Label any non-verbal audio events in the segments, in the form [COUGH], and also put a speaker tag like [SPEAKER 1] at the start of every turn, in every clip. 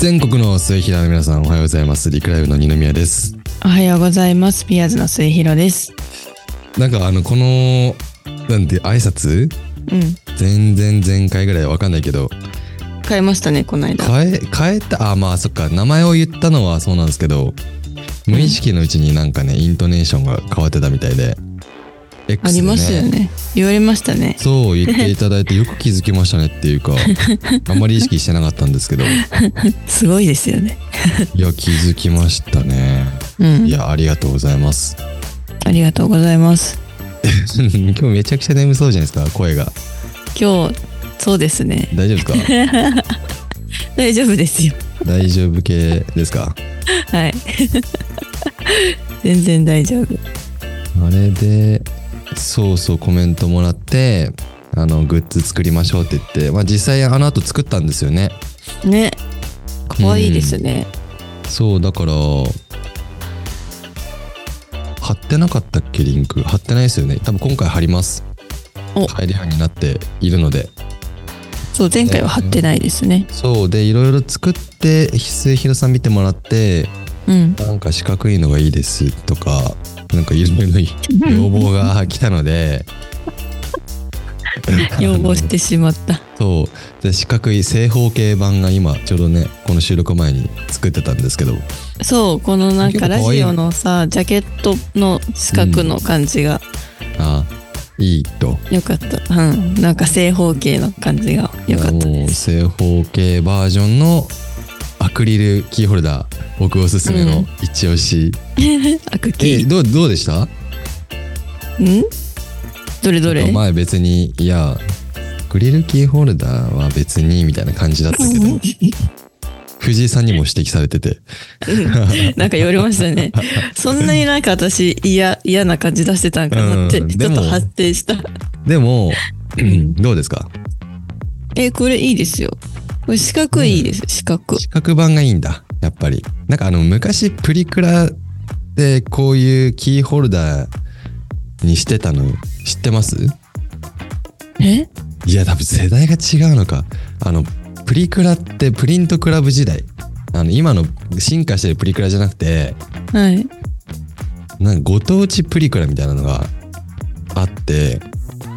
[SPEAKER 1] 全国の末広の皆さんおはようございますリクライブの二宮です
[SPEAKER 2] おはようございます。ピアーズの末広です。
[SPEAKER 1] なんかあのこのなんて挨拶
[SPEAKER 2] うん。
[SPEAKER 1] 全然前回ぐらいわかんないけど
[SPEAKER 2] 変えましたね、この間。
[SPEAKER 1] 変え変えたあまあそっか名前を言ったのはそうなんですけど無意識のうちになんかねイントネーションが変わってたみたいで X
[SPEAKER 2] あ
[SPEAKER 1] で
[SPEAKER 2] りますよね。言われましたね。
[SPEAKER 1] そう言っていただいてよく気づきましたねって
[SPEAKER 2] [LAUGHS]
[SPEAKER 1] いうかあんまり意識してなかったんですけどい
[SPEAKER 2] すごいですよね。
[SPEAKER 1] や気づきましたね
[SPEAKER 2] うん
[SPEAKER 1] い。やありがとうございます
[SPEAKER 2] ありがとうございます。
[SPEAKER 1] [LAUGHS] 今日めちゃくちゃ眠そうじゃないですか声が
[SPEAKER 2] 今日、そうですね。
[SPEAKER 1] 大丈夫ですか
[SPEAKER 2] 大丈夫ですよ。
[SPEAKER 1] 大丈夫系ですか
[SPEAKER 2] [LAUGHS] はい。全然大丈夫。
[SPEAKER 1] あれでそうそうコメントもらってあのグッズ作りましょうって言って、まあ、実際あの後作ったんですよね
[SPEAKER 2] ね。可愛いですね。
[SPEAKER 1] そうだから貼ってなかったっけリンク貼ってないですよね多分今回貼ります
[SPEAKER 2] お
[SPEAKER 1] 入り班になっているので
[SPEAKER 2] そう、前回は貼ってないですね。
[SPEAKER 1] そうでいろいろ作って末広さん見てもらって
[SPEAKER 2] うん。
[SPEAKER 1] なんか四角いのがいいですとかなんかいろい
[SPEAKER 2] [LAUGHS]
[SPEAKER 1] ろ要望が来たので
[SPEAKER 2] 要望してしまった。
[SPEAKER 1] そうで四角い正方形版が今ちょうどねこの収録前に作ってたんですけど
[SPEAKER 2] そう、このなんか
[SPEAKER 1] 結構可
[SPEAKER 2] ラ
[SPEAKER 1] 愛い
[SPEAKER 2] ジオのさ、ジャケットの四角の感じが
[SPEAKER 1] あいいと
[SPEAKER 2] よかった。うん。なんか正方形の感じがよかった
[SPEAKER 1] も
[SPEAKER 2] で
[SPEAKER 1] う
[SPEAKER 2] す。
[SPEAKER 1] 正方形バージョンのアクリルキーホルダー僕おすすめ
[SPEAKER 2] う
[SPEAKER 1] の
[SPEAKER 2] ん
[SPEAKER 1] 一押し、
[SPEAKER 2] [LAUGHS] あ、クッ
[SPEAKER 1] え
[SPEAKER 2] キ
[SPEAKER 1] どうどうでした
[SPEAKER 2] ー。んどれどれ
[SPEAKER 1] 前別にいやアクリルキーホルダーは別にみたいな感じだったけど藤井さんにも指摘されてて
[SPEAKER 2] なんか言われました
[SPEAKER 1] [LAUGHS]
[SPEAKER 2] ね。そんなになんか私嫌、嫌な感じ出してたんかなって、
[SPEAKER 1] うん
[SPEAKER 2] ちょっ
[SPEAKER 1] で
[SPEAKER 2] と
[SPEAKER 1] も
[SPEAKER 2] 発生した。
[SPEAKER 1] でも、
[SPEAKER 2] ん
[SPEAKER 1] どうですか
[SPEAKER 2] え、これいいですよ。これ四角いいです、四角。
[SPEAKER 1] 四角版がいいんだ、やっぱり。なんかあの、昔プリクラでこういうキーホルダーにしてたの知ってます
[SPEAKER 2] え
[SPEAKER 1] いや、多分世代が違うのか。あの、プリクラってプリントクラブ時代。あの、今の進化してるプリクラじゃなくて、
[SPEAKER 2] はい。
[SPEAKER 1] なんかご当地プリクラみたいなのがあって、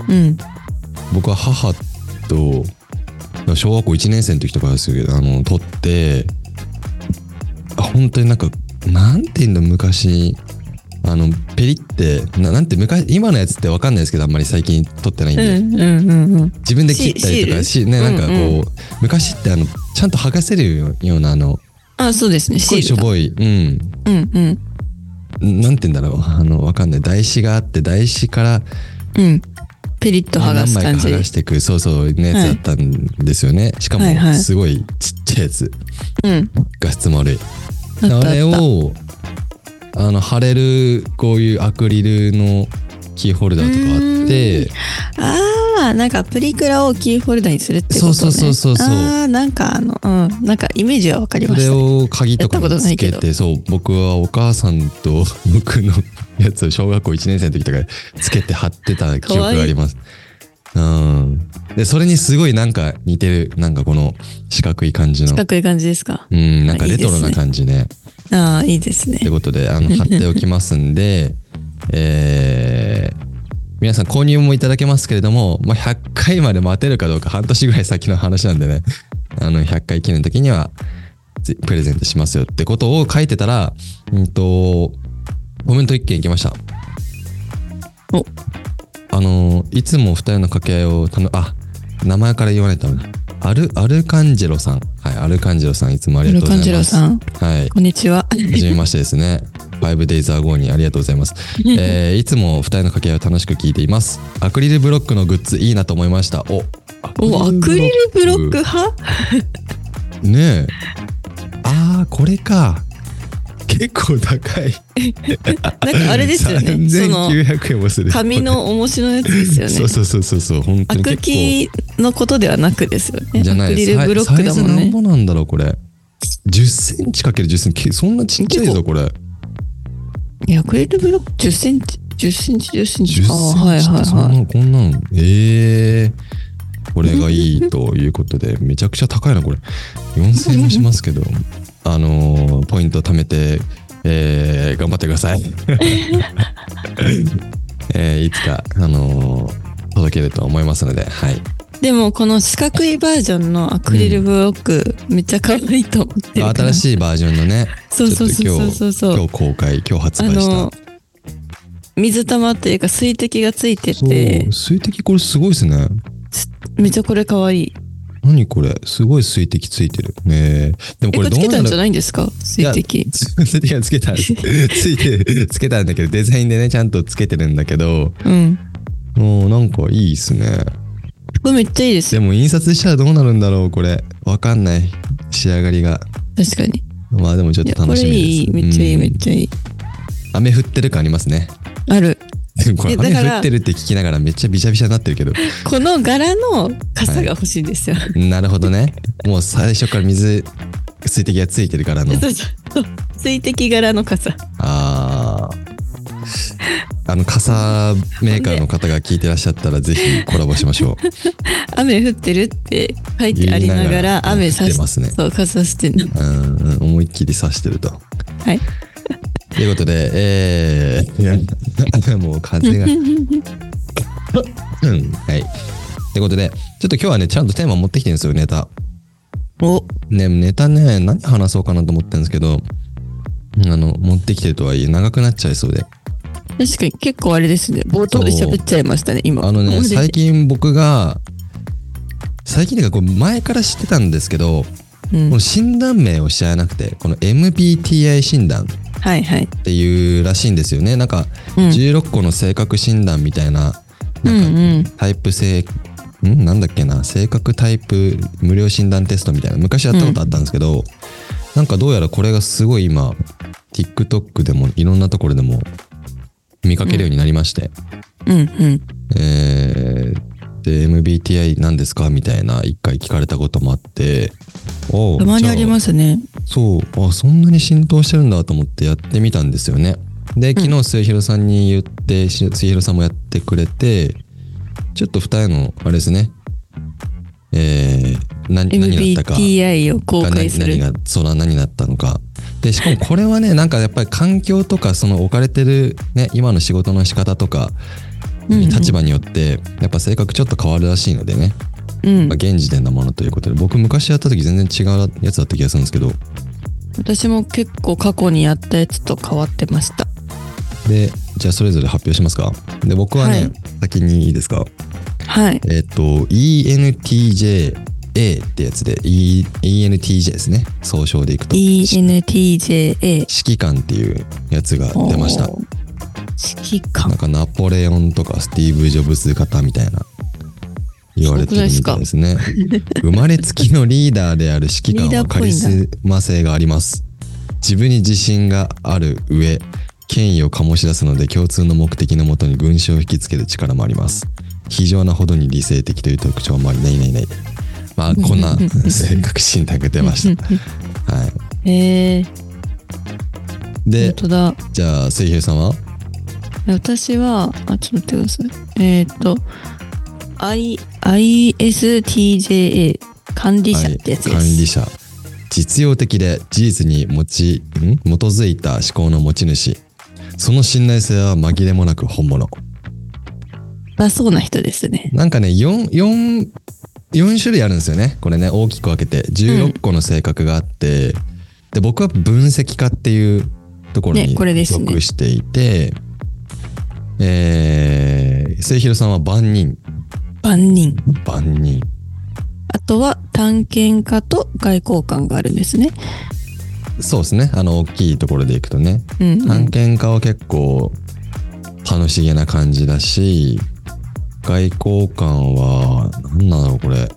[SPEAKER 2] うん。
[SPEAKER 1] 僕は母と小学校1年生の時とかですけどあの撮ってあ本当になんかなんて言うんだ昔あのペリってななんて昔今のやつって分かんないですけどあんまり最近撮ってないん
[SPEAKER 2] う
[SPEAKER 1] で、
[SPEAKER 2] んうんうんうん。
[SPEAKER 1] 自分で切ったりとか
[SPEAKER 2] シ
[SPEAKER 1] し、ね、なんかこう、
[SPEAKER 2] うんう
[SPEAKER 1] 昔ってあのちゃんと剥がせるようなあの
[SPEAKER 2] あ、そうですね、
[SPEAKER 1] すっご
[SPEAKER 2] シ
[SPEAKER 1] いしょ
[SPEAKER 2] ールだ。
[SPEAKER 1] ぼい、うん、
[SPEAKER 2] うんうん。
[SPEAKER 1] なんて言うんだろうあの分かんない台紙があって台紙から
[SPEAKER 2] うん。ペリッと剥が
[SPEAKER 1] 何
[SPEAKER 2] す
[SPEAKER 1] 枚
[SPEAKER 2] 感
[SPEAKER 1] か
[SPEAKER 2] じ
[SPEAKER 1] 剥。がしていくそうそうね
[SPEAKER 2] はい
[SPEAKER 1] やつだったんですよね、しかも
[SPEAKER 2] はいはい
[SPEAKER 1] すごいちっちゃいやつ
[SPEAKER 2] うん。
[SPEAKER 1] 画質も悪い
[SPEAKER 2] あったあ
[SPEAKER 1] あ
[SPEAKER 2] った
[SPEAKER 1] れをあの貼れるこういうアクリルのキーホルダーとかあって
[SPEAKER 2] ああ、なんかプリクラをキーホルダーにするってこと、ね、
[SPEAKER 1] そうそうそうそうそう
[SPEAKER 2] ああ、なんかあの、うん、なんかイメージはわかり
[SPEAKER 1] そ
[SPEAKER 2] まし
[SPEAKER 1] れ
[SPEAKER 2] た、ね。
[SPEAKER 1] を鍵とか
[SPEAKER 2] や
[SPEAKER 1] に
[SPEAKER 2] ったことな
[SPEAKER 1] つ
[SPEAKER 2] いけ
[SPEAKER 1] け
[SPEAKER 2] ど
[SPEAKER 1] てそう僕はお母さんと僕のやつを小学校1年生の時とかにつけて貼ってた記憶があります。うん、でそれにすごいなんか似てるなんかこの四角い感じの
[SPEAKER 2] 四角い感じですか。
[SPEAKER 1] うんなんかレトロ
[SPEAKER 2] いいです
[SPEAKER 1] な
[SPEAKER 2] ね
[SPEAKER 1] 感じね。
[SPEAKER 2] ああ、いいです
[SPEAKER 1] って
[SPEAKER 2] ね。
[SPEAKER 1] ことで、
[SPEAKER 2] [LAUGHS]
[SPEAKER 1] あの、貼っておきますんで、えー、皆さん購入もいただけますけれども、まあ、100回まで待てるかどうか半年ぐらい先の話なんでね、あの、100回記念の時には、ぜプレゼントしますよってことを書いてたら、うんと、コメント1件いきました。
[SPEAKER 2] お
[SPEAKER 1] あの、いつもお二人の掛け合いを頼む、あ、名前から言わないとダメだ。アル、アルカンジェロさん。はい、アルカンジェロさん、いつもありがとうございます。
[SPEAKER 2] アルカンジェロ
[SPEAKER 1] はい。
[SPEAKER 2] こん
[SPEAKER 1] [LAUGHS]
[SPEAKER 2] にちは。
[SPEAKER 1] はじめましてですね。5 days ago にありがとうござい
[SPEAKER 2] [LAUGHS]
[SPEAKER 1] ます。えーいつもお二人の掛け合いを楽しく聞いています。アクリルブロックのグッズいいなと思いました。お、
[SPEAKER 2] お、アクリルブロック派
[SPEAKER 1] ねえ。あー、これか。結構高い。
[SPEAKER 2] なんかあれで
[SPEAKER 1] [LAUGHS]
[SPEAKER 2] すよね。その、
[SPEAKER 1] 3900円もする。
[SPEAKER 2] 紙の重しのやつですよ
[SPEAKER 1] [LAUGHS]
[SPEAKER 2] ね。
[SPEAKER 1] そうそうそうそうそう、本当
[SPEAKER 2] ア
[SPEAKER 1] に
[SPEAKER 2] ク
[SPEAKER 1] 結構。
[SPEAKER 2] キのことではなくですよね。
[SPEAKER 1] じゃ
[SPEAKER 2] ア
[SPEAKER 1] な
[SPEAKER 2] ク
[SPEAKER 1] い
[SPEAKER 2] リ
[SPEAKER 1] です。
[SPEAKER 2] ルブロックだも
[SPEAKER 1] サイズ
[SPEAKER 2] ん
[SPEAKER 1] なん
[SPEAKER 2] ね。
[SPEAKER 1] ぼなんだろう、これ。10センチかける10センチ。そんなちっちゃいぞ、これ。
[SPEAKER 2] いや、アクリルブロック10センチ、10センチ、10センチ。
[SPEAKER 1] 10
[SPEAKER 2] ああ、はい
[SPEAKER 1] センチって
[SPEAKER 2] はい
[SPEAKER 1] そんな
[SPEAKER 2] は
[SPEAKER 1] のこんなのええこれがいいということで、 [LAUGHS] めちゃくちゃ高いな、これ。4000円もしますけど、 [LAUGHS] あのーポイント貯めて、えー頑張ってください。 [LAUGHS] えーいつか、あのー届けると思いますので、はい。
[SPEAKER 2] でもこの四角いバージョンのアクリルブロック、めっちゃ可愛いと思ってるから
[SPEAKER 1] 新しいバージョンのね、
[SPEAKER 2] そうそうそうそうそう
[SPEAKER 1] 今日公開、今日発
[SPEAKER 2] あ
[SPEAKER 1] 売した
[SPEAKER 2] の。水玉っていうか水滴がついて
[SPEAKER 1] そう、
[SPEAKER 2] て
[SPEAKER 1] 水滴これすごいですね。
[SPEAKER 2] めっちゃこれ可愛い
[SPEAKER 1] 何これすごい水滴ついてる。ねえでも
[SPEAKER 2] え
[SPEAKER 1] これ
[SPEAKER 2] これ
[SPEAKER 1] ど
[SPEAKER 2] つ
[SPEAKER 1] う
[SPEAKER 2] けた
[SPEAKER 1] なんの
[SPEAKER 2] じゃないんですか水滴
[SPEAKER 1] 水滴はつけたんですついてつけたんだけどデザインでねちゃんとつけてるんだけど
[SPEAKER 2] うん
[SPEAKER 1] もうなんかいいっすね
[SPEAKER 2] これめっちゃいいです
[SPEAKER 1] で
[SPEAKER 2] よ
[SPEAKER 1] も印刷したらどうなるんだろうこれわかんない仕上がりが
[SPEAKER 2] 確かに
[SPEAKER 1] まあでもちょっ
[SPEAKER 2] いや
[SPEAKER 1] と
[SPEAKER 2] こ
[SPEAKER 1] 楽
[SPEAKER 2] れ
[SPEAKER 1] しみです
[SPEAKER 2] いいめっちゃいい
[SPEAKER 1] うん
[SPEAKER 2] めっちゃいい
[SPEAKER 1] 雨降ってる感ありますね
[SPEAKER 2] ある
[SPEAKER 1] これ
[SPEAKER 2] [LAUGHS] えだ
[SPEAKER 1] 雨
[SPEAKER 2] から
[SPEAKER 1] 降ってるって聞きながらめっちゃびしゃびしゃになってるけど
[SPEAKER 2] この柄の傘が欲しいんですよ、
[SPEAKER 1] なるほどねもう最初から水水滴がついてるからの
[SPEAKER 2] [LAUGHS] そうそうそう水滴柄の傘
[SPEAKER 1] あーあの傘メーカーの方が聞いてらっしゃったらぜひコラボしましょう
[SPEAKER 2] 雨降ってるって書いてありな
[SPEAKER 1] 言
[SPEAKER 2] が
[SPEAKER 1] いなが
[SPEAKER 2] ら
[SPEAKER 1] ら
[SPEAKER 2] 雨さ
[SPEAKER 1] 降ってます
[SPEAKER 2] し、
[SPEAKER 1] ね
[SPEAKER 2] そう傘してんの
[SPEAKER 1] うんうん思いっきり刺してると。
[SPEAKER 2] はい
[SPEAKER 1] ということで、えー、 [LAUGHS] いやもう風が。うん、はい。ということで、ちょっと今日はね、ちゃんとテーマ持ってきてるんですよ、ネタ。
[SPEAKER 2] お
[SPEAKER 1] ね、ネタね、何話そうかなと思ってるんですけど、あの、持ってきてるとはいえ、長くなっちゃいそうで。
[SPEAKER 2] 確かに結構あれですね冒頭で喋っちゃいましたね今
[SPEAKER 1] あのね、
[SPEAKER 2] マジで
[SPEAKER 1] 最近僕が、最近っていうか、これ前から知ってたんですけど、
[SPEAKER 2] うん
[SPEAKER 1] この診断名を知らなくて、この MBTI 診断。
[SPEAKER 2] はいはい
[SPEAKER 1] っていうらしいんですよねなんか
[SPEAKER 2] うん
[SPEAKER 1] 16個の性格診断みたいな,、
[SPEAKER 2] うん
[SPEAKER 1] なんか
[SPEAKER 2] うん
[SPEAKER 1] タイプ性んなんだっけな性格タイプ無料診断テストみたいな昔やったことあったんですけど、なんかどうやらこれがすごい今 TikTok でもいろんなところでも見かけるようになりまして、
[SPEAKER 2] うんうん
[SPEAKER 1] えーで MBTI 何ですかみたいな一回聞かれたこともあっておう
[SPEAKER 2] たまにありますね
[SPEAKER 1] そうあそんなに浸透してるんだと思ってやってみたんですよね。で昨日末広さんに言って、し末広さんもやってくれてちょっと二人のあれですねえー、何何だったか
[SPEAKER 2] MBTI を公
[SPEAKER 1] が
[SPEAKER 2] 開
[SPEAKER 1] 何
[SPEAKER 2] す
[SPEAKER 1] 何
[SPEAKER 2] る
[SPEAKER 1] がそら何だったのか。でしかもこれはねなんかやっぱり環境とかその置かれてるね今の仕事の仕方とか、
[SPEAKER 2] うんうん
[SPEAKER 1] 立場によってやっぱ性格ちょっと変わるらしいのでね、
[SPEAKER 2] うん
[SPEAKER 1] まあ、現時点のものということで僕昔やった時全然違うやつだった気がするんですけど
[SPEAKER 2] 私も結構過去にやったやつと変わってました
[SPEAKER 1] でじゃあそれぞれ発表しますかで僕はね、
[SPEAKER 2] はい
[SPEAKER 1] 先にいいですか
[SPEAKER 2] はい
[SPEAKER 1] えっ、と ENTJA ってやつで、e、ENTJ ですね総称でいくと、し
[SPEAKER 2] ENTJA
[SPEAKER 1] 指揮官っていうやつが出ました
[SPEAKER 2] おー指揮
[SPEAKER 1] なん
[SPEAKER 2] 官
[SPEAKER 1] かナポレオンとかスティーブ・ジョブズ型みたいな言われてるみたいですね生まれつきのリーダーである指揮官
[SPEAKER 2] リーダ
[SPEAKER 1] は
[SPEAKER 2] ーっぽ
[SPEAKER 1] カ
[SPEAKER 2] いんだ
[SPEAKER 1] リスマ性があります自分に自信がある上権威を醸し出すので共通の目的のもとに群衆を引きつける力もあります非常なほどに理性的という特徴もありないないないまあこ [LAUGHS] んな性格診断が出ましたはい
[SPEAKER 2] えー、本
[SPEAKER 1] で
[SPEAKER 2] 当だ
[SPEAKER 1] じゃあ水平さんは
[SPEAKER 2] 私はあちょっと待ってくださいえっ、ー、と I ISTJA 管理者ってやつです、
[SPEAKER 1] はい管理者実用的で事実に持ちん基づいた思考の持ち主その信頼性は紛れもなく本物
[SPEAKER 2] だそうな人ですね
[SPEAKER 1] なんかね 4, 4, 4種類あるんですよねこれね大きく分けて16個の性格があって、で僕は分析家っていうところに
[SPEAKER 2] ねこれですね
[SPEAKER 1] 属していて、えー、末広さんは万人
[SPEAKER 2] 万人
[SPEAKER 1] 万人
[SPEAKER 2] あとは探検家と外交官があるんですね
[SPEAKER 1] そうですねあの大きいところでいくとね
[SPEAKER 2] うん、うん
[SPEAKER 1] 探検家は結構楽しげな感じだし外交官は何なんだろうこれ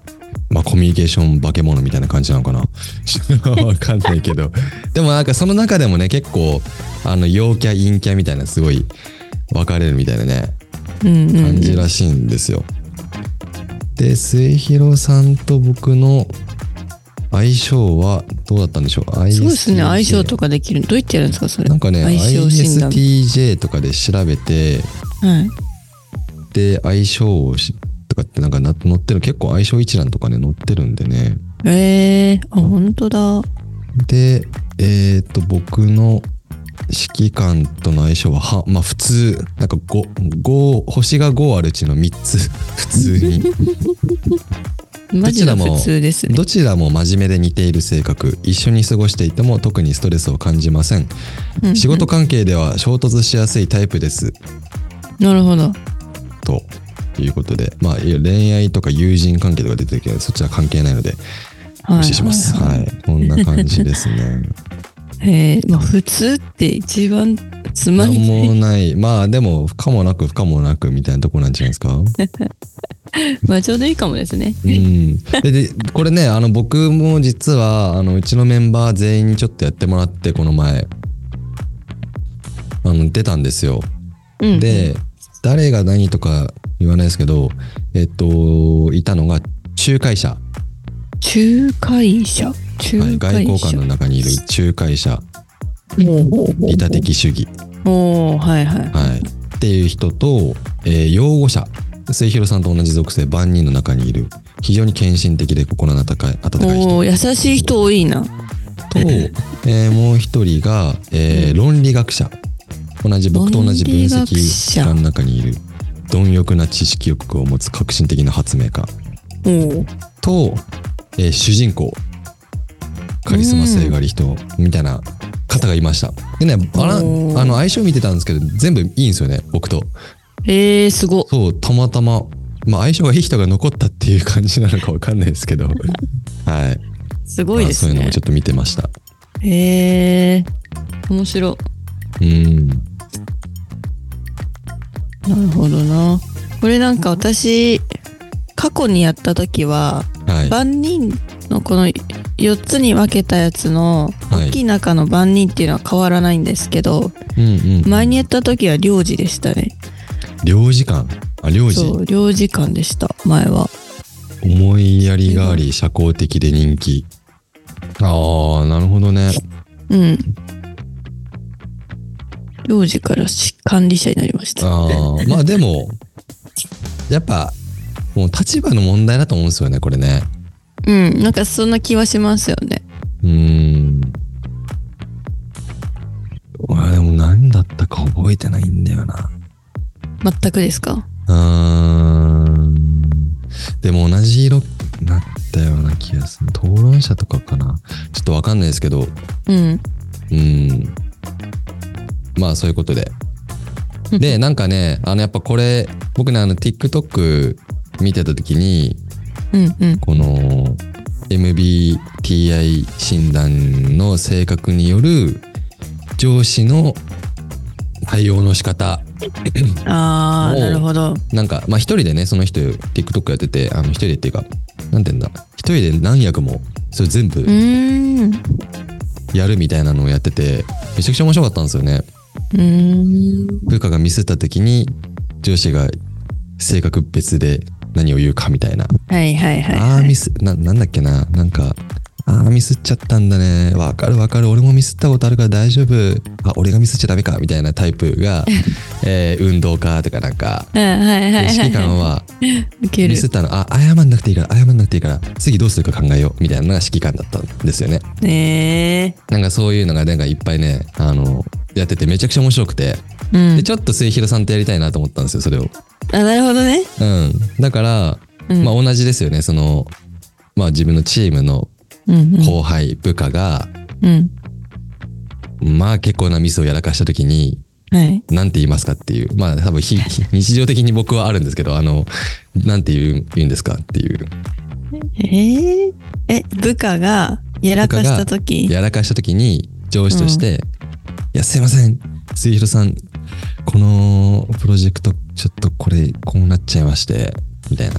[SPEAKER 1] まあコミュニケーション化け物みたいな感じなのかな [LAUGHS] わかんないけどでもなんかその中でもね結構あの陽キャ陰キャみたいなすごい分かれるみたいなね
[SPEAKER 2] うんうん
[SPEAKER 1] 感じらしいんですよ。で末広さんと僕の相性はどうだったんでしょう
[SPEAKER 2] そうですね
[SPEAKER 1] ISTJ
[SPEAKER 2] 相性とかできるどうやってやるんですかそれ
[SPEAKER 1] なんかね
[SPEAKER 2] 相性診断
[SPEAKER 1] ISTJ とかで調べて
[SPEAKER 2] はい
[SPEAKER 1] で相性をしとかかってなんかな載ってる、結構相性一覧とかね、載ってるんでね。
[SPEAKER 2] ええあ、本当だ。
[SPEAKER 1] で、えっ、と、僕の指揮官との相性は、はまあ普通、なんか5、5、星が5あるうちの3つ、 [LAUGHS] 普通
[SPEAKER 2] [LAUGHS]
[SPEAKER 1] に。
[SPEAKER 2] マジ
[SPEAKER 1] ど
[SPEAKER 2] の
[SPEAKER 1] ちらも
[SPEAKER 2] 普通ですね。
[SPEAKER 1] どちらも真面目で似ている性格一緒に過ごしていても特にストレスを感じません
[SPEAKER 2] うんうん
[SPEAKER 1] 仕事関係では衝突しやすいタイプです
[SPEAKER 2] なるほど。
[SPEAKER 1] ということでまあいや恋愛とか友人関係とか出てるけどそっちは関係ないので無視しますはい、こんな感じですね
[SPEAKER 2] えーまあ普通って一番つ [LAUGHS] ま
[SPEAKER 1] なん
[SPEAKER 2] りない
[SPEAKER 1] もないまあでも不可もなく不可もなくみたいなとこなんじゃないです
[SPEAKER 2] [LAUGHS]
[SPEAKER 1] か
[SPEAKER 2] [LAUGHS] まあちょうどいいかもですね。
[SPEAKER 1] うんででこれねあの僕も実はあのうちのメンバー全員にちょっとやってもらってこの前あの出たんですよ
[SPEAKER 2] うん、
[SPEAKER 1] で、誰が何とか言わないですけど、えっと、いたのが仲介者、
[SPEAKER 2] 仲介者。
[SPEAKER 1] は
[SPEAKER 2] 仲
[SPEAKER 1] い外
[SPEAKER 2] 介
[SPEAKER 1] 交
[SPEAKER 2] 者
[SPEAKER 1] 官の。中にいる仲介者、利他的主義、
[SPEAKER 2] おおはいはい。
[SPEAKER 1] はい、っていう人と、えー擁護者、末広さんと同じ属性、万人の中にいる、非常に献身的で心の温かい温かい
[SPEAKER 2] お
[SPEAKER 1] 人
[SPEAKER 2] お優しい人多いな。
[SPEAKER 1] と、 [LAUGHS] えーもう一人が、えー論理学者、同じ僕と同じ分
[SPEAKER 2] 論理学
[SPEAKER 1] 析
[SPEAKER 2] 者
[SPEAKER 1] 家の中にいる、貪欲な知識欲を持つ革新的な発明家。
[SPEAKER 2] おお
[SPEAKER 1] と、えー主人公カリスマ性がある人みたいな方がいましたでねバラ
[SPEAKER 2] お
[SPEAKER 1] ン
[SPEAKER 2] ー
[SPEAKER 1] あの相性見てたんですけど全部いいんですよね僕と
[SPEAKER 2] えー、すご。
[SPEAKER 1] そうたまたままあ相性がいい人が残ったっていう感じなのかわかんないですけ
[SPEAKER 2] [LAUGHS]
[SPEAKER 1] どはい
[SPEAKER 2] すごい
[SPEAKER 1] まあ
[SPEAKER 2] で
[SPEAKER 1] そうい
[SPEAKER 2] す
[SPEAKER 1] うの
[SPEAKER 2] ね
[SPEAKER 1] もちょ。っと見てました
[SPEAKER 2] へえー、面白
[SPEAKER 1] うん
[SPEAKER 2] い。なるほどな。これなんか私、過去にやった時は、
[SPEAKER 1] はい
[SPEAKER 2] 万人のこの4つに分けたやつの
[SPEAKER 1] はい
[SPEAKER 2] 大きい中の万人っていうのは変わらないんですけど、
[SPEAKER 1] うんうん
[SPEAKER 2] 前にやった時は領事でしたね。
[SPEAKER 1] 領事館あ領事
[SPEAKER 2] そう、領事館でした、前は。
[SPEAKER 1] 思いやりがあり社交的で人気ああなるほどね
[SPEAKER 2] うん。領事からし管理者になりました。
[SPEAKER 1] あ
[SPEAKER 2] [LAUGHS]
[SPEAKER 1] あ、まあでも、やっぱ、もう立場の問題だと思うんですよね、これね。
[SPEAKER 2] うん、なんかそんな気はしますよね。
[SPEAKER 1] うーん。まあでも何だったか覚えてないんだよな。
[SPEAKER 2] 全くですか
[SPEAKER 1] うーん。でも同じ色になったような気がする。討論者とかかな。ちょっとわかんないですけど、う
[SPEAKER 2] うん。
[SPEAKER 1] ーん。まあそういうことで。で、なんかね、あのやっぱこれ、僕ね、あの TikTok 見てた時に、
[SPEAKER 2] うんうん。
[SPEAKER 1] この MBTI 診断の性格による上司の対応の仕方
[SPEAKER 2] あ
[SPEAKER 1] お
[SPEAKER 2] あ、
[SPEAKER 1] う
[SPEAKER 2] なるほど。
[SPEAKER 1] なんかまあ一人でねその人 TikTok やっててあの一人でっていうかなんて言うんだ一人で何役もそれ全部
[SPEAKER 2] うーん。う
[SPEAKER 1] やるみたいなのをやっててめちゃくちゃ面白かったんですよね。
[SPEAKER 2] ーん。
[SPEAKER 1] 部下がミスった時に上司が性格別で何を言うかみたいな
[SPEAKER 2] はいはいはい、
[SPEAKER 1] ああー
[SPEAKER 2] は
[SPEAKER 1] ミ
[SPEAKER 2] い。
[SPEAKER 1] スななんだっけななんかああミスっちゃったんだねわかるわかる俺もミスったことあるから大丈夫あ俺がミスっちゃダメかみたいなタイプ
[SPEAKER 2] [LAUGHS]
[SPEAKER 1] が、えー運動家とかなんか
[SPEAKER 2] うんはいはい
[SPEAKER 1] で
[SPEAKER 2] はい
[SPEAKER 1] 指揮官
[SPEAKER 2] は。
[SPEAKER 1] はい
[SPEAKER 2] いける
[SPEAKER 1] ミ。スったのあ謝んなくていいから謝んなくていいから次どうするか考えようみたいなのが指揮官だったんですよね
[SPEAKER 2] ねえ。
[SPEAKER 1] なんかそういうのがなんかいっぱいねあのやっててめちゃくちゃ面白くて
[SPEAKER 2] うん
[SPEAKER 1] で。ちょっと末広さんとやりたいなと思ったんですよそれを
[SPEAKER 2] あ、なるほどね。
[SPEAKER 1] うんだから、
[SPEAKER 2] うん
[SPEAKER 1] まあ同じですよねそのまあ自分のチームの
[SPEAKER 2] うんうん。
[SPEAKER 1] 後輩部下が、
[SPEAKER 2] うん。
[SPEAKER 1] まあ結構なミスをやらかした時に
[SPEAKER 2] はい。
[SPEAKER 1] 何て言いますかっていうまあ多分ひ日常的に僕はあるんですけどあの何て言う言うんですかっていう
[SPEAKER 2] えー、え、部下がやらかした時
[SPEAKER 1] やらかした時に上司として「いやすいません末広さんこのプロジェクトちょっとこれこうなっちゃいまして」みたいな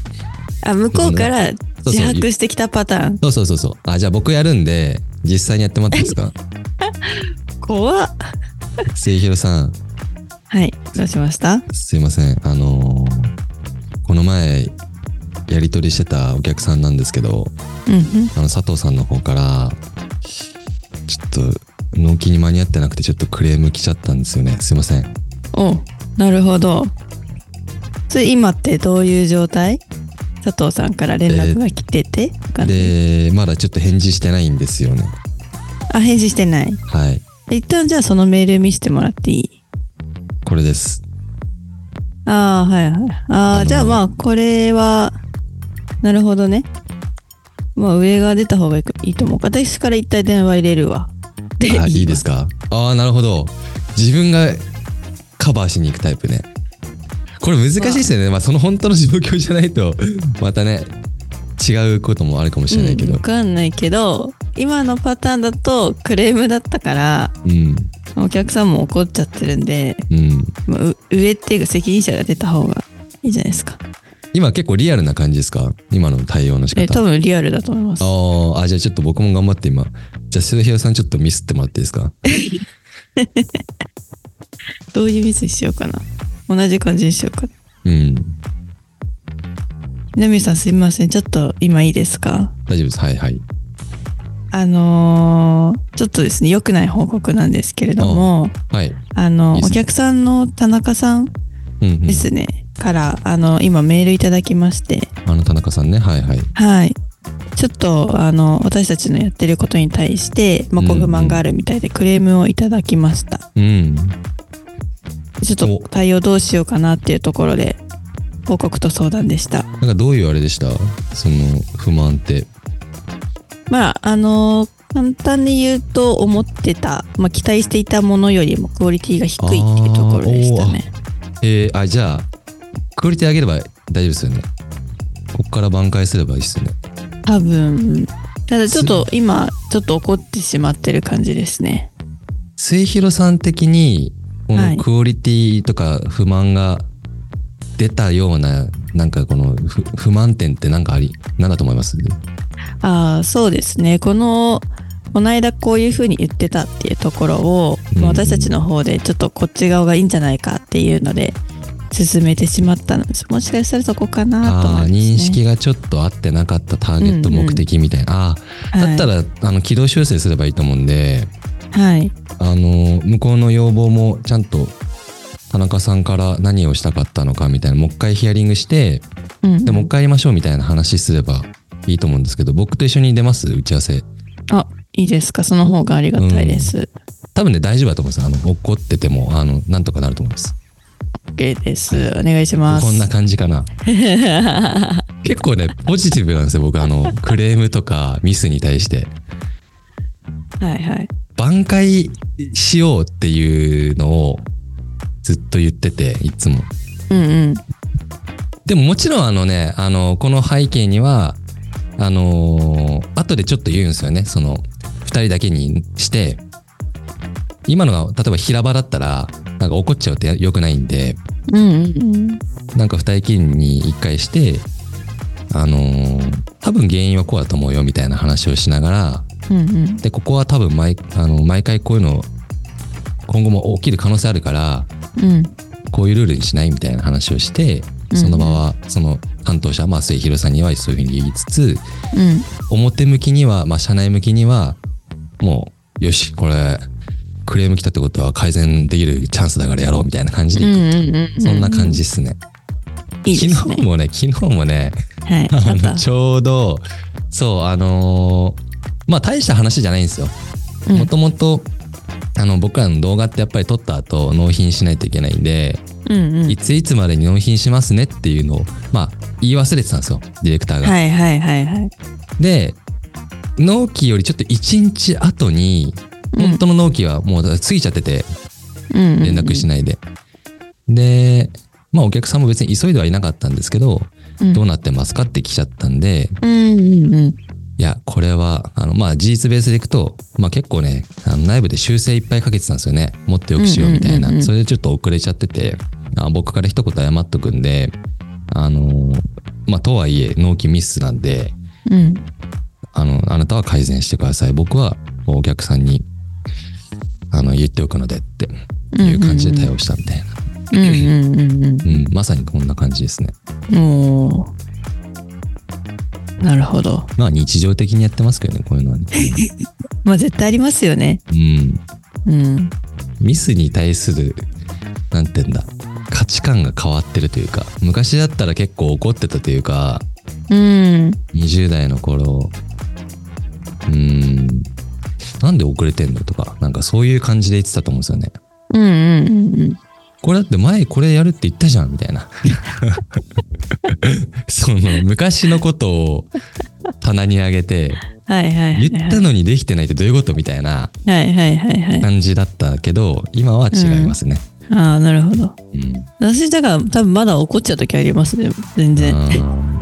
[SPEAKER 2] あ、向こうから
[SPEAKER 1] そう
[SPEAKER 2] 自白してきたパターン。
[SPEAKER 1] そうそうそうそうあじゃあ僕やるんで実際にやってもらっていいですか
[SPEAKER 2] 怖っ。
[SPEAKER 1] 末広さん
[SPEAKER 2] はい。どうしました
[SPEAKER 1] すいませんあのーこの前やり取りしてたお客さんなんですけど
[SPEAKER 2] うんうん。
[SPEAKER 1] あの佐藤さんの方からちょっと納期に間に合ってなくてちょっとクレーム来ちゃったんですよねすいません
[SPEAKER 2] おうなるほど。それ今ってどういう状態佐藤さんから連絡が来てて、か
[SPEAKER 1] で、まだちょっと返事してないんですよね。
[SPEAKER 2] あ返事してない
[SPEAKER 1] はい。
[SPEAKER 2] 一旦じゃあそのメール見せてもらっていい
[SPEAKER 1] これです。
[SPEAKER 2] ああはいはいあ
[SPEAKER 1] あの
[SPEAKER 2] あ
[SPEAKER 1] ー
[SPEAKER 2] じゃあまあこれはなるほどねまあ上が出た方がいいいいと思う私から一体電話入れるわで
[SPEAKER 1] あ、いいですか。ああ、なるほど。自分がカバーしに行くタイプね。これ難しいですよね。まあ、その本当の状況じゃないと、またね、違うこともあるかもしれないけ
[SPEAKER 2] うん、
[SPEAKER 1] ど
[SPEAKER 2] わ。かんないけど今のパターンだとクレームだったから
[SPEAKER 1] うん。
[SPEAKER 2] お客さんも怒っちゃってるんで、
[SPEAKER 1] うん。
[SPEAKER 2] まあう上っていうか責任者が出た方がいいじゃないですか
[SPEAKER 1] 今結構リアルな感じですか今の対応の仕
[SPEAKER 2] え
[SPEAKER 1] 方。
[SPEAKER 2] 多分リアルだと思います
[SPEAKER 1] あーあ、じゃあちょっと僕も頑張って今。じゃあ、す平さんちょっとミスってもらっていいですか
[SPEAKER 2] どういうミスにしようかな同じ感じにしようかな
[SPEAKER 1] うん。
[SPEAKER 2] 南さんすいませんちょっと今いいですか
[SPEAKER 1] 大丈夫です。はいはい。
[SPEAKER 2] あのーちょっとですね良くない報告なんですけれども
[SPEAKER 1] はい。
[SPEAKER 2] あの
[SPEAKER 1] いいです
[SPEAKER 2] お
[SPEAKER 1] ね
[SPEAKER 2] 客さんの田中さん
[SPEAKER 1] うん、うん
[SPEAKER 2] で。すね、からあの今メールいただきまして
[SPEAKER 1] あの田中さんね。はいはい。
[SPEAKER 2] はい。ちょっと、あの、私たちのやってることに対して、まあ、
[SPEAKER 1] うん
[SPEAKER 2] ご不満があるみたいでクレームをいただきました。
[SPEAKER 1] うん。
[SPEAKER 2] ちょっ
[SPEAKER 1] お
[SPEAKER 2] と対応どうしようかなっていうところで、報告と相談でした。
[SPEAKER 1] なんかどういうあれでしたその不満って。
[SPEAKER 2] まあ、あの簡単に言うと思ってた、まあ、期待していたものよりもクオリティが低いっていうところでしたね。
[SPEAKER 1] えー、あ、じゃあ、クオリティ上げれば大丈夫ですよね。こっから挽回すればいいですよね。
[SPEAKER 2] 多分。ただちょっと今、ちょっと怒ってしまってる感じですね。
[SPEAKER 1] 末広さん的に、こ
[SPEAKER 2] は
[SPEAKER 1] の
[SPEAKER 2] い
[SPEAKER 1] クオリティとか不満が出たような、なんかこの不不満点ってなんかあり、なんだと思います
[SPEAKER 2] ああそうですねこのこの間こういうふうに言ってたっていうところを、
[SPEAKER 1] うん
[SPEAKER 2] まあ私たちの方でちょっとこっち側がいいんじゃないかっていうので進めてしまったのですもしかしたらそこかなと思い
[SPEAKER 1] あ
[SPEAKER 2] ま
[SPEAKER 1] あ
[SPEAKER 2] す、
[SPEAKER 1] ー、
[SPEAKER 2] ね、
[SPEAKER 1] 認識がちょっと合ってなかったターゲット目的みたいな。ああ、だったら、あの軌道修正すればいいと思うんで
[SPEAKER 2] はい、はい
[SPEAKER 1] あの向こうの要望もちゃんと田中さんから何をしたかったのかみたいなもう一回ヒアリングして
[SPEAKER 2] うん、
[SPEAKER 1] でもう一回やりましょうみたいな話すればいいと思うんですけど僕と一緒に出ます打ち合わせ
[SPEAKER 2] あいいですかその方がありがたいです、
[SPEAKER 1] 多分ね大丈夫だと思うんですあの怒っててもあのなんとかなると思います
[SPEAKER 2] OK ですお願いします
[SPEAKER 1] こんな感じか
[SPEAKER 2] [LAUGHS]
[SPEAKER 1] な結構ねポジティブなんですよ僕あのクレームとかミスに対して
[SPEAKER 2] はいはい
[SPEAKER 1] 挽回しようっていうのをずっと言ってていつも
[SPEAKER 2] うんうん
[SPEAKER 1] でももちろんあのね、あの、この背景には、あのー後でちょっと言うんですよね。その、二人だけにして、今のが、例えば平場だったら、なんか怒っちゃうって良くないんで、
[SPEAKER 2] うんうんうん
[SPEAKER 1] なんか二人きりに一回して、あのー多分原因はこうだと思うよみたいな話をしながら、
[SPEAKER 2] うんうん
[SPEAKER 1] で、ここは多分毎、あの、毎回こういうの、今後も起きる可能性あるから、
[SPEAKER 2] うん
[SPEAKER 1] こういうルールにしないみたいな話をして、
[SPEAKER 2] うん
[SPEAKER 1] その場は、その担当者、まあ、末広さんにはそういうふうに言いつつ、
[SPEAKER 2] うん
[SPEAKER 1] 表向きには、まあ、社内向きには、もう、よし、これ、クレーム来たってことは改善できるチャンスだからやろうみたいな感じ
[SPEAKER 2] う
[SPEAKER 1] で、
[SPEAKER 2] んうんうん
[SPEAKER 1] そんな感じですね。
[SPEAKER 2] いいです
[SPEAKER 1] 昨
[SPEAKER 2] ね
[SPEAKER 1] 日もね、昨日もね、
[SPEAKER 2] は
[SPEAKER 1] [LAUGHS]
[SPEAKER 2] い
[SPEAKER 1] あ
[SPEAKER 2] あ
[SPEAKER 1] の
[SPEAKER 2] と
[SPEAKER 1] ちょうど、そう、あのーまあ、大した話じゃないんですよ。
[SPEAKER 2] うん
[SPEAKER 1] もともと、あの、僕らの動画ってやっぱり撮った後、納品しないといけないんで、
[SPEAKER 2] うんうん
[SPEAKER 1] いついつまでに納品しますねっていうのを、まあ、言い忘れてたんですよ、ディレクターが。
[SPEAKER 2] はいはいはいはい
[SPEAKER 1] で、納期よりちょっと1日後に、
[SPEAKER 2] うん
[SPEAKER 1] 本当の納期はもう過ぎちゃってて、連
[SPEAKER 2] 連
[SPEAKER 1] 絡しないで。で、まあお客さんも別に急いではいなかったんですけど、
[SPEAKER 2] うん
[SPEAKER 1] どうなってますかって来ちゃったんで、
[SPEAKER 2] うんうんうん
[SPEAKER 1] いや、これは、あの、まあ事実ベースでいくと、まあ結構ね、あの内部で修正いっぱいかけてたんですよね。もっとよくしようみたい
[SPEAKER 2] うんうんうんう
[SPEAKER 1] な。
[SPEAKER 2] ん
[SPEAKER 1] それでちょっと遅れちゃってて、あ僕から一言謝っとくんで、あの、まあとはいえ納期ミスなんで、
[SPEAKER 2] うん
[SPEAKER 1] あの、あなたは改善してください。僕はお客さんに、あの、言っておくのでっていう感じで対応したみたいな。
[SPEAKER 2] うんうんうんうん
[SPEAKER 1] うん、まさにこんな感じですね。
[SPEAKER 2] うんおーなるほど
[SPEAKER 1] まあ日常的にやってますけどね、こういうのはね。
[SPEAKER 2] まあ絶対ありますよね
[SPEAKER 1] うん。
[SPEAKER 2] うん
[SPEAKER 1] ミスに対する、なんて言うんだ、価値観が変わってるというか、昔だったら結構怒ってたというか、
[SPEAKER 2] うん。
[SPEAKER 1] 20代の頃うーんなんで遅れてんのとかなんかそういう感じで言ってたと思うんですよね
[SPEAKER 2] うんうんうんうん。
[SPEAKER 1] これだって前これやるって言ったじゃんみたいな [LAUGHS] その昔のことを棚に上げて
[SPEAKER 2] はいはいはいはい。
[SPEAKER 1] 言ったのにできてないってどういうことみたいな
[SPEAKER 2] はいはいはいはい。
[SPEAKER 1] 感じだったけど今は違いますね、
[SPEAKER 2] ああ、なるほど。
[SPEAKER 1] うん
[SPEAKER 2] 私、だから多分まだ怒っちゃう時ありますね。全然。
[SPEAKER 1] あー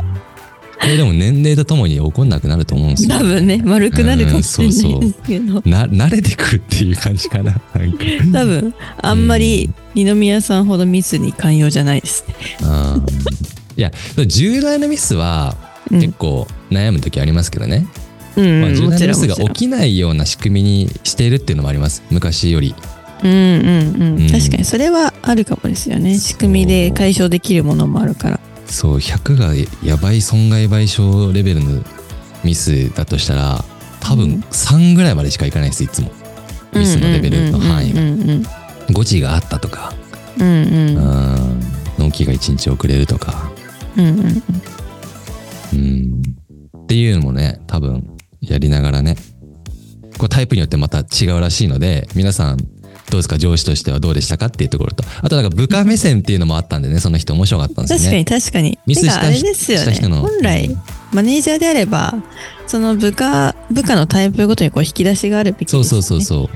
[SPEAKER 1] これでも年齢とともに怒んなくなると思うんですよ
[SPEAKER 2] 多分ね、丸くなるかもしれないですけど。
[SPEAKER 1] な慣れてくるっていう感じかななんか
[SPEAKER 2] 多分あんまり二宮さんほどミスに寛容じゃないですね。
[SPEAKER 1] あーいや重大なミスは
[SPEAKER 2] うん
[SPEAKER 1] 結構悩む時ありますけどね、
[SPEAKER 2] うん、
[SPEAKER 1] まあ、重大
[SPEAKER 2] も
[SPEAKER 1] な
[SPEAKER 2] ち
[SPEAKER 1] ミ
[SPEAKER 2] ろん
[SPEAKER 1] ス
[SPEAKER 2] も
[SPEAKER 1] が
[SPEAKER 2] ちろん
[SPEAKER 1] 起きないような仕組みにしているっていうのもあります昔より
[SPEAKER 2] うんうんう
[SPEAKER 1] うんん
[SPEAKER 2] 確かにそれはあるかもですよね仕組みで解消できるものもあるから
[SPEAKER 1] そう100がやばい損害賠償レベルのミスだとしたら多
[SPEAKER 2] うん
[SPEAKER 1] 分3ぐらいまでしかいかないですいつもミスのレベルの範囲
[SPEAKER 2] う
[SPEAKER 1] が
[SPEAKER 2] んうん
[SPEAKER 1] 誤字があったとか
[SPEAKER 2] うんうん
[SPEAKER 1] う
[SPEAKER 2] うん
[SPEAKER 1] ん納期が1日遅れるとか、
[SPEAKER 2] うんうん
[SPEAKER 1] うん、っていうのもね多分やりながらねこうタイプによってまた違うらしいので皆さんどうですか上司としてはどうでしたかっていうところとあとなんか部下目線っていうのもあったんでねその人面白かったんです
[SPEAKER 2] 確
[SPEAKER 1] よ
[SPEAKER 2] か
[SPEAKER 1] ね。
[SPEAKER 2] に確かに
[SPEAKER 1] ミス
[SPEAKER 2] て
[SPEAKER 1] し
[SPEAKER 2] か
[SPEAKER 1] た
[SPEAKER 2] あれですよ
[SPEAKER 1] した人
[SPEAKER 2] ね
[SPEAKER 1] の
[SPEAKER 2] 本来マネージャーであればその部下部下のタイプごとにこう引き出しがあるべきです、
[SPEAKER 1] そ
[SPEAKER 2] ね、
[SPEAKER 1] うそうそうそ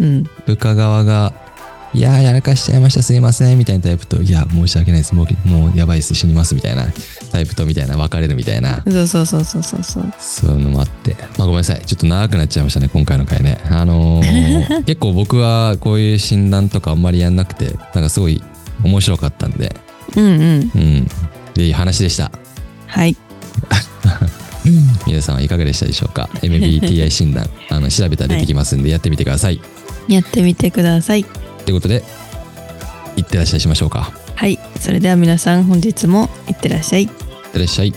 [SPEAKER 1] う、
[SPEAKER 2] う、うん、
[SPEAKER 1] 部下側が「いやーやらかしちゃいましたすいません」みたいなタイプと「いや申し訳ないですもうもうやばいです死にます」みたいなタイプとみたいな別れるみたいな
[SPEAKER 2] そうそうそうそうそうそう
[SPEAKER 1] そういうのもあって、まあ、ごめんなさいちょっと長くなっちゃいましたね今回の回ねあのー結構僕はこういう診断とかあんまりやんなくてなんかすごい面白かったんで
[SPEAKER 2] うんうん
[SPEAKER 1] うんでいい話でした
[SPEAKER 2] はい
[SPEAKER 1] 皆さんはいかがでしたでしょうか MBTI 診断あの調べたら出てきますんでやってみてくださいと、
[SPEAKER 2] やってみてください
[SPEAKER 1] いうことでいってらっしゃいしましょうか
[SPEAKER 2] はいそれでは皆さん本日もいってらっしゃい
[SPEAKER 1] いってらっしゃい